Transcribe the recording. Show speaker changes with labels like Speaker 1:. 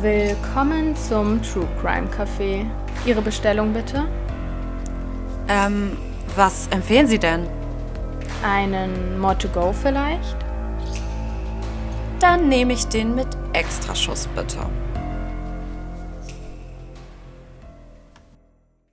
Speaker 1: Willkommen zum True Crime Café. Ihre Bestellung bitte?
Speaker 2: Ähm, was empfehlen Sie denn?
Speaker 1: Einen More to Go vielleicht?
Speaker 2: Dann nehme ich den mit Extraschuss bitte.